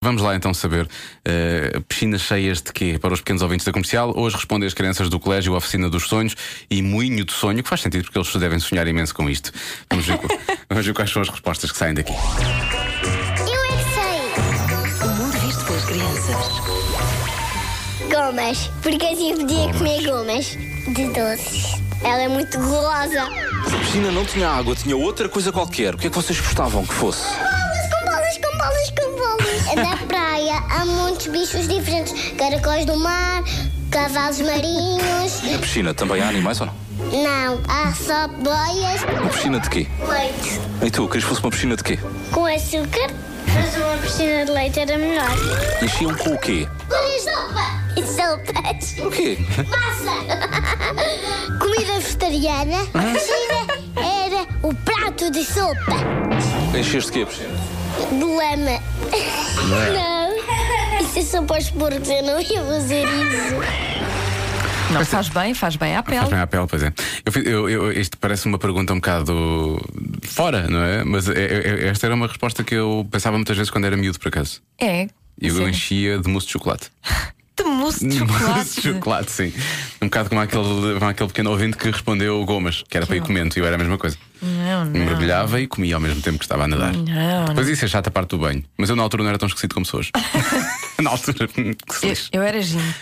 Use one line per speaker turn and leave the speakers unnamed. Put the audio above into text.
Vamos lá então saber. eh, piscinas cheias de quê? Para os pequenos ouvintes da comercial, hoje respondem as crianças do colégio Oficina dos Sonhos e Moinho de Sonho, que faz sentido porque eles devem sonhar imenso com isto. Vamos ver, qu- vamos ver quais são as respostas que saem daqui.
Eu é que sei.
O mundo visto pelas crianças.
Gomas, porque assim podia comer gomas de doces. Ela é muito gulosa.
A piscina não tinha água, tinha outra coisa qualquer. O que é que vocês gostavam que fosse?
Bolas com bolas, com bolas, com bolas. Na praia há muitos bichos diferentes: caracóis do mar, cavalos marinhos.
Na piscina também há animais ou não?
Não, há só boias.
Uma piscina de quê?
Leite.
E tu, querias que fosse uma piscina de quê?
Com açúcar. Fazer uma piscina de leite era melhor.
Enchiam com o quê?
Com sopa. E sopas.
O quê?
Massa! Comida vegetariana. Comida era o prato de sopa
Encheste de quê a piscina?
de lama. Não. Isso é só para os porcos, eu não ia fazer isso.
Não faz bem, faz bem à
Faz
pele.
bem à pele, pois é. Eu fiz- eu- eu- isto parece uma pergunta um bocado fora, não é? Mas é- é- é- esta era uma resposta que eu pensava muitas vezes quando era miúdo, por acaso.
É.
E eu
Sim.
enchia de mousse de chocolate.
De mousse
Mousse de
de chocolate.
chocolate, sim. Um bocado como aquele, como aquele pequeno ouvinte que respondeu gomas, que era para ir comendo, e eu era a mesma coisa.
Não, não.
Mergulhava e comia ao mesmo tempo que estava a nadar.
Não,
Pois isso é chata a parte do banho. Mas eu na altura não era tão esquecido como sou hoje. na altura, hum, que se
Eu,
lixe.
eu era gin.